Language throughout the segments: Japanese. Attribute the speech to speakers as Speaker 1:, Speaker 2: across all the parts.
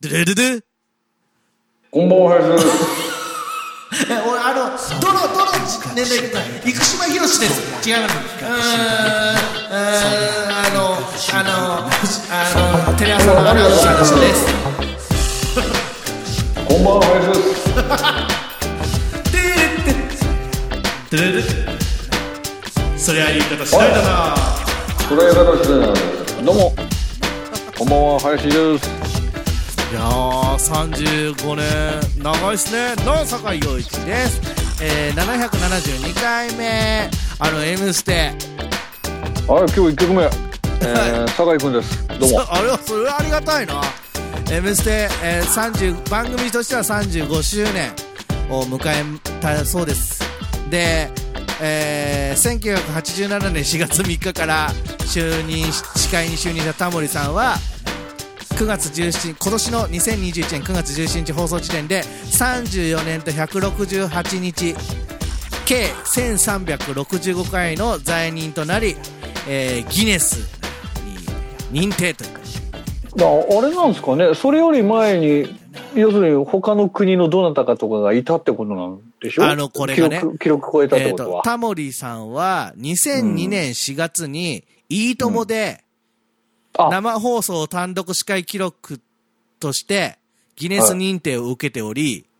Speaker 1: ドゥルルル
Speaker 2: こんばんは、林です。
Speaker 3: え俺あのどのどの年代か生島ひろしです違いますうーんうーんあのあのあのテレ朝のあるあるさんです
Speaker 2: こんばんは、林です。
Speaker 1: テレッテドゥルルルそりゃ言い方しないだな
Speaker 2: これやらしいな。どうも。こんばんは、林です。
Speaker 1: いやー35年長いっすねの坂井陽一ですえー、772回目あの「M ステ」
Speaker 2: はい、今日一曲目。えー、酒井君です。どうも。
Speaker 1: あれはそれはありがたいな「M ステ、えー30」番組としては35周年を迎えたそうですで、えー1987年4月3日から就任し司会に就任したタモリさんは9月17日今年の2021年9月17日放送時点で34年と168日計1365回の在任となり、えーギネスに認定という
Speaker 2: だあれなんですかね。それより前に、要するに他の国のどなたかとかがいたってことなんでしょ
Speaker 1: あのこれがね
Speaker 2: 記録、記録超えたってことは。
Speaker 1: タモリさんは2002年4月に、いいともで
Speaker 2: あ
Speaker 1: 生放送単独司会記録としてギネス認定を受けており、
Speaker 2: ええ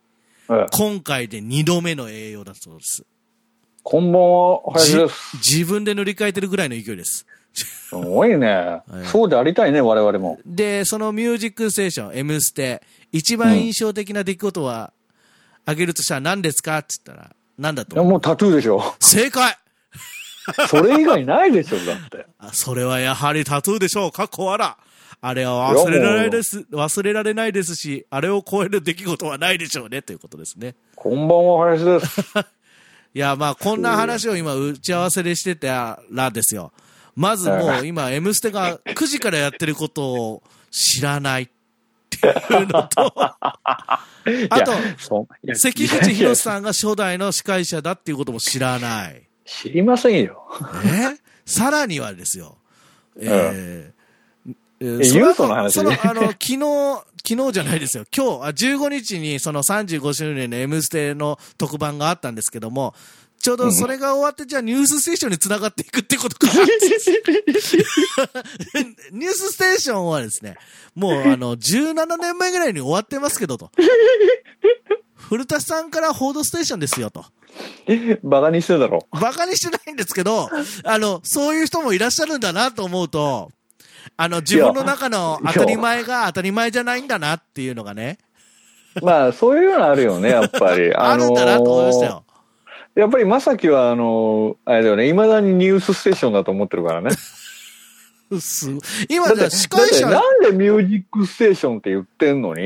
Speaker 1: 今回で2度目の栄養だそうです。
Speaker 2: こんばんは、林
Speaker 1: じ
Speaker 2: です。
Speaker 1: 自分で塗り替えてるぐらいの勢いです。
Speaker 2: すごいね
Speaker 1: え。
Speaker 2: そうでありたいね、我々も。
Speaker 1: で、そのミュージックステーション、M ステ、一番印象的な出来事は、あげるとしたら何ですかって言ったら、何だと
Speaker 2: いや
Speaker 1: 思う
Speaker 2: もうタトゥー でしょ。
Speaker 1: 正解
Speaker 2: それ以外ないでしょ、だって。
Speaker 1: あそれはやはりタトゥーでしょう。かっこわら。あれは忘れられないです。忘れられないですし、あれを超える出来事はないでしょうね、ということですね。
Speaker 2: こんばんは、林です。
Speaker 1: いや、まあ、こんな話を今、打ち合わせでしてたらですよ。まずもう今、M ステが9時からやってることを知らないって いうのと、あ
Speaker 2: いや
Speaker 1: と、
Speaker 2: そいや
Speaker 1: 関
Speaker 2: いや
Speaker 1: 口
Speaker 2: いや
Speaker 1: 博さんが初代の司会者だっていうことも知らない。
Speaker 2: 知りませんよ。
Speaker 1: えさらにはですよ。えーえー
Speaker 2: え
Speaker 1: その
Speaker 2: ユウトの話
Speaker 1: その、あの、昨日、 昨日じゃないですよ。今日、あ15日にその35周年の M ステの特番があったんですけども、ちょうどそれが終わって、じゃあニュースステーションに繋がっていくってことか。 ニュースステーションはですね、もうあの、17年前ぐらいに終わってますけど と。古田さんから報道ステーションですよと。
Speaker 2: バカにしてるだろ。
Speaker 1: バカにしてないんですけど、あの、そういう人もいらっしゃるんだなと思うと、あの、自分の中の当たり前が当たり前じゃないんだなっていうのがね、
Speaker 2: まあ、そういうのあるよね、やっぱり。
Speaker 1: あるんだなと思いましたよ。
Speaker 2: ーやっぱり、まさきは、あのーあれだよね、いまだにニュースステーションだと思ってるから ね。
Speaker 1: うっす
Speaker 2: だ
Speaker 1: 今
Speaker 2: って
Speaker 1: じゃあ司会者、
Speaker 2: だ
Speaker 1: は
Speaker 2: ってなんでミュージックステーションって言って んのに、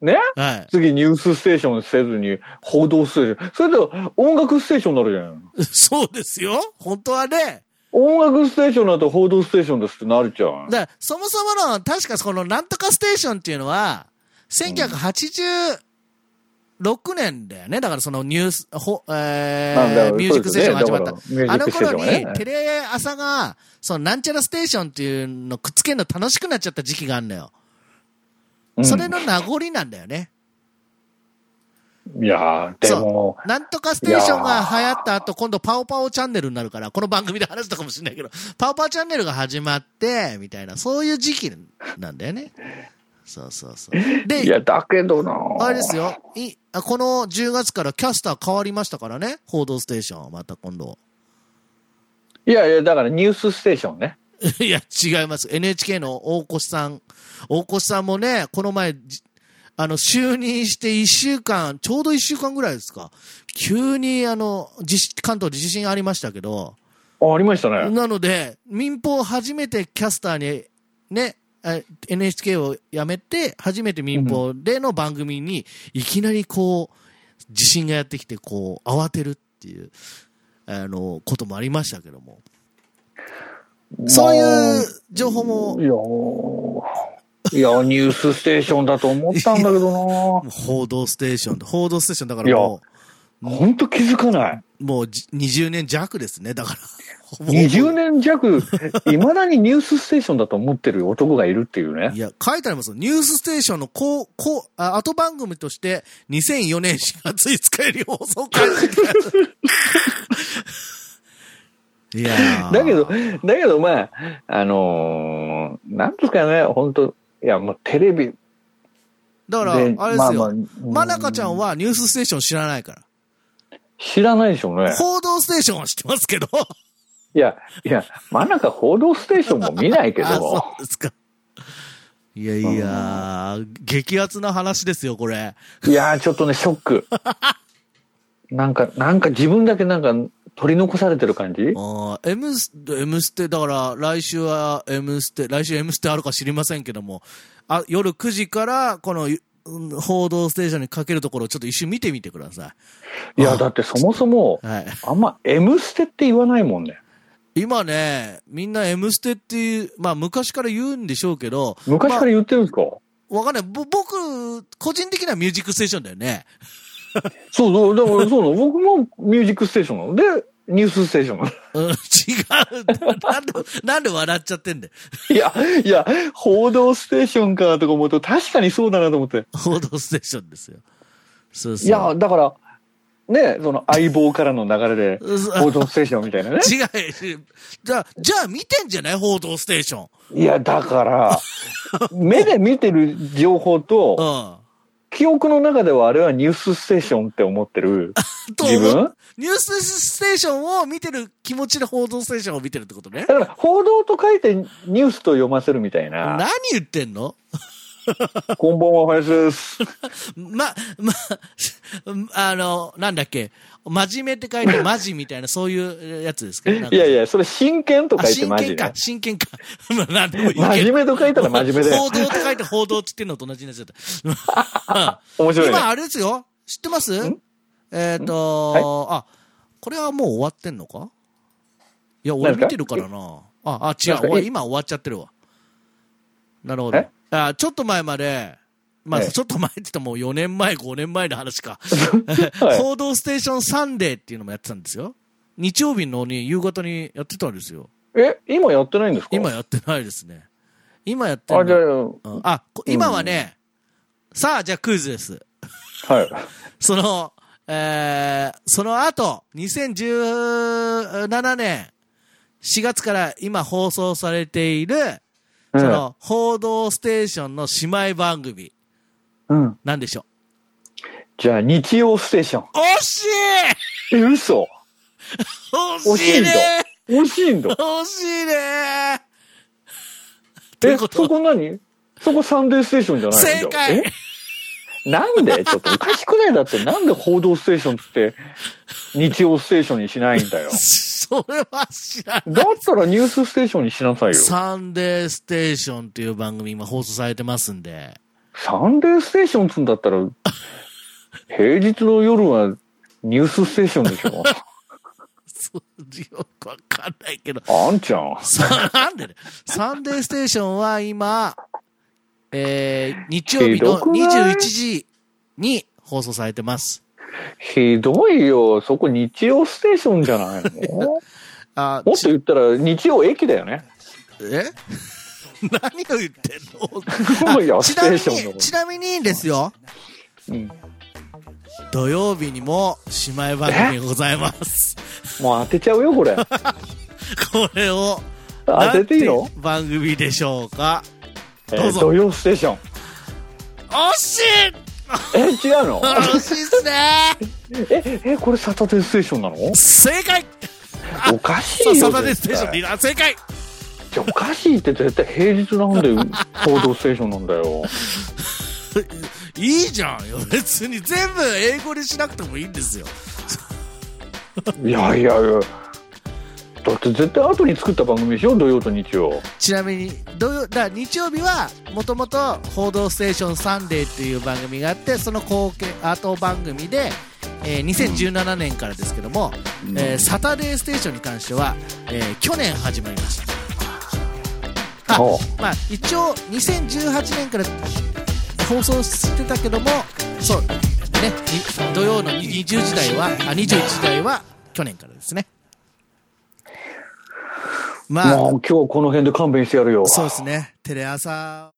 Speaker 2: ね
Speaker 1: い。
Speaker 2: 次ニュースステーションせずに報道ステーション。それと音楽ステーションになるじゃん。
Speaker 1: そうですよ。本当はね。
Speaker 2: 音楽ステーションだと報道ステーションですってなるじゃん。
Speaker 1: だからそもそもの、確かこのなんとかステーションっていうのは、1986年だよね。だからそのニュース、ほえ
Speaker 2: まあだから
Speaker 1: ー、ミュージックステーションが始まった。
Speaker 2: そうですねだ
Speaker 1: あ
Speaker 2: か
Speaker 1: の
Speaker 2: らミュー
Speaker 1: 頃
Speaker 2: ジックステーション
Speaker 1: に
Speaker 2: がね、
Speaker 1: テレ朝が、そのなんちゃらステーションっていうのくっつけるの楽しくなっちゃった時期があるのよ。
Speaker 2: うん
Speaker 1: それの名残なんだよね。
Speaker 2: いやー、でも、
Speaker 1: なんとかステーションが流行った後、今度パオパオチャンネルになるから、この番組で話したかもしれないけど、パオパオチャンネルが始まって、みたいな、そういう時期なんだよね。そうそうそう。
Speaker 2: い
Speaker 1: で、
Speaker 2: や、だけどなー
Speaker 1: あれですよ。いあこの10月からキャスター変わりましたからね。報道ステーションはまた今度。
Speaker 2: いやいや、だからニュースステーションね。
Speaker 1: いや、違います。NHK の大越さん。大越さんもね、この前、じあの、就任して1週間、ちょうど1週間ぐらいですか。急に、あの、地震関東で地震ありましたけど、
Speaker 2: あ、ありましたね。
Speaker 1: なので、民放初めてキャスターに、ね、え NHK を辞めて、初めて民放での番組に、いきなりこう、地震がやってきて、こう、慌てるっていう、あの、こともありましたけども。そういう情報も
Speaker 2: いやーいや、ニュースステーションだと思ったんだけどな
Speaker 1: もう報道ステーション、報道ステーションだか
Speaker 2: い
Speaker 1: ら
Speaker 2: や
Speaker 1: も
Speaker 2: ほんと気づかない。
Speaker 1: う、もうじ20年弱ですね、だから。 ほぼ
Speaker 2: 20年 弱、いまだにニュースステーションだと思ってる男がいるっていうね
Speaker 1: い。や、書いてありますよニュースステーションのこう、こう、あ後番組として2004年4月5日より放送開始。 いやー
Speaker 2: だけど、、だけどまあ、あのーなんですかね、本当いや、もうテレビで、
Speaker 1: だから、あれですよ、
Speaker 2: うん
Speaker 1: まなかちゃんはニュースステーション知らないか
Speaker 2: 知らないでしょうね
Speaker 1: ら。。報道ステーションは知ってますけど。
Speaker 2: いや、いや、まあなんか報道ステーションも見ないけ
Speaker 1: あそ
Speaker 2: ど、
Speaker 1: うですか。いやいやー、激アツな話ですよ、これ。
Speaker 2: いやーちょっとね、ショッ ク。なんか、なんか自分だけなんか取り残されてる感じ
Speaker 1: あー M ス、M ステ、だから来週は M ステ、来週 M ステあるか知りませんけども、あ夜9時からこの、うん報道ステーションにかけるところをちょっと一瞬見てみてくださ
Speaker 2: いや、だってそもそも
Speaker 1: い。、はい。
Speaker 2: あんま M ステって言わないもんね。
Speaker 1: 今ね、みんな M ステっていう、まあ昔から言うんでしょうけど、
Speaker 2: 昔から言ってるんですか、
Speaker 1: わかんない。ぼ僕、個人的にはミュージックステーションだよね。
Speaker 2: そうそう、でもそうなの。 僕もミュージックステーションなの。で、ニュースステーションなの。
Speaker 1: うん、違う。なんで、なんで笑っちゃってんだよ。
Speaker 2: いや、いや、報道ステーションかとか思うと確かにそうだなと思って。
Speaker 1: 報道ステーションですよ。そうそう。
Speaker 2: いや、だから、ね、その相棒からの流れで、
Speaker 1: 嘘
Speaker 2: 報道ステーションみたいなね。
Speaker 1: 違うし。じゃあ、じゃあ見てんじゃない報道ステーション。
Speaker 2: いや、だ から、目で見てる情報
Speaker 1: う
Speaker 2: と、
Speaker 1: ん。
Speaker 2: 記憶の中ではあれはニュースステーションって思って る。
Speaker 1: と
Speaker 2: 自分
Speaker 1: ニュースステーションを見てる気持ちで報道ステーションを見てるってことね。
Speaker 2: だから、報道と書いてニュースと読ませるみたい
Speaker 1: 何
Speaker 2: な。
Speaker 1: 言ってんの
Speaker 2: こんばんは、林です。
Speaker 1: ま、ま、 あの、なんだっけ。真面目って書い て、マジみたいな、そういうやつですけど。なん
Speaker 2: い
Speaker 1: か
Speaker 2: やいや、それ真剣と
Speaker 1: あ、
Speaker 2: 書いて
Speaker 1: 真
Speaker 2: マジ
Speaker 1: 剣
Speaker 2: ね
Speaker 1: か、。真剣か。 まあ、なんでもいいけど。
Speaker 2: 真面目と書いたら真面目で。
Speaker 1: 報道って書いて報道って言ってんのと同じになっちゃった。
Speaker 2: 面白いね。
Speaker 1: 今、あれですよ。知ってますえっ、と、あ、これはもう終わってんのかいや、俺
Speaker 2: 何ですか
Speaker 1: 見てるからな。あ、あ、違
Speaker 2: 何ですか
Speaker 1: う。俺
Speaker 2: え
Speaker 1: 今終わっちゃってるわ。なるほど
Speaker 2: え。
Speaker 1: あ、ちょっと前まで、まあ、
Speaker 2: ええ
Speaker 1: ちょっと前って言っても4年前、5年前の話か。
Speaker 2: は い
Speaker 1: 報道ステーションサンデーっていうのもやってたんですよ。日曜日のに夕方にやってたんですよ。
Speaker 2: え、今やってないんですか
Speaker 1: 今やってないですね。今やってる
Speaker 2: あ、じゃ
Speaker 1: の
Speaker 2: あ、
Speaker 1: うんあ、こ今はね、さあ、じゃあクイズです。
Speaker 2: はい。
Speaker 1: その、えー、その後、2017年4月から今放送されている、
Speaker 2: う
Speaker 1: そ
Speaker 2: ん
Speaker 1: の、報道ステーションの姉妹番組、
Speaker 2: うん。
Speaker 1: なんでしょ
Speaker 2: じゃあ、日曜ステーション。
Speaker 1: う惜しい
Speaker 2: え、嘘
Speaker 1: 惜しいね
Speaker 2: 惜しい んだ。
Speaker 1: 惜しいねとい
Speaker 2: え、
Speaker 1: うこ
Speaker 2: そ
Speaker 1: と
Speaker 2: こ何そこサンデーステーションじゃない
Speaker 1: 正
Speaker 2: の
Speaker 1: 解。
Speaker 2: えなんでちょっとおかしくないだって、なんで報道ステーションって日曜ステーションにしないんだ よ
Speaker 1: それは知らん。
Speaker 2: だったらニュースステーションにしなさいよ。
Speaker 1: サンデーステーションっていう番組今放送されてますんで。
Speaker 2: サンデーステーションっつうんだったら、平日の夜はニュースステーションで しょ。
Speaker 1: そうよくわかんないけど。
Speaker 2: あんちゃん。
Speaker 1: さなんでね。サンデーステーションは今、えー、日曜日の
Speaker 2: ひどくない
Speaker 1: 21時に放送されてます。
Speaker 2: ひどいよ。そこ日曜ステーションじゃないのもっ
Speaker 1: あ、
Speaker 2: と言ったら日曜駅だ よね。
Speaker 1: え何を言ってんの
Speaker 2: いや、
Speaker 1: ち
Speaker 2: ス
Speaker 1: なみ
Speaker 2: テーションの
Speaker 1: に、
Speaker 2: こ
Speaker 1: ちなみにですよ、
Speaker 2: と。うん
Speaker 1: 土曜日にも姉妹番組がございます。
Speaker 2: もう当てちゃうよ、これ。
Speaker 1: これを、
Speaker 2: 当てていいの
Speaker 1: なん番組でしょうか
Speaker 2: え
Speaker 1: どう
Speaker 2: ー
Speaker 1: ぞ
Speaker 2: 土曜ステーション。
Speaker 1: 惜しい
Speaker 2: えー、違うの
Speaker 1: 惜しいっすね
Speaker 2: え、え、これサタデーステーションなの
Speaker 1: 正解
Speaker 2: おかしい
Speaker 1: そ
Speaker 2: よ。
Speaker 1: う、サタデーステーション
Speaker 2: 絶
Speaker 1: リ
Speaker 2: 対
Speaker 1: ーダー正解
Speaker 2: いやおかしいって絶対平日なんで 報道ステーションなんだよ。
Speaker 1: いいじゃんよ別に全部英語にしなくてもいいんですよ
Speaker 2: いやいやいや。だって絶対後に作った番組でしょ、土曜と日曜。
Speaker 1: ちなみに土曜だから日曜日はもともと「報道ステーションサンデー」っていう番組があってその後継後番組で、えー2017年からですけども、えーサタデーステーションに関しては、えー去年始まりましたあ
Speaker 2: おう
Speaker 1: まあ一応2018年から放送してたけどもそうねに土曜の20時台はあ21時台は去年からですねまあ
Speaker 2: もう今日この辺で勘弁してやるよ。
Speaker 1: そうですねテレ朝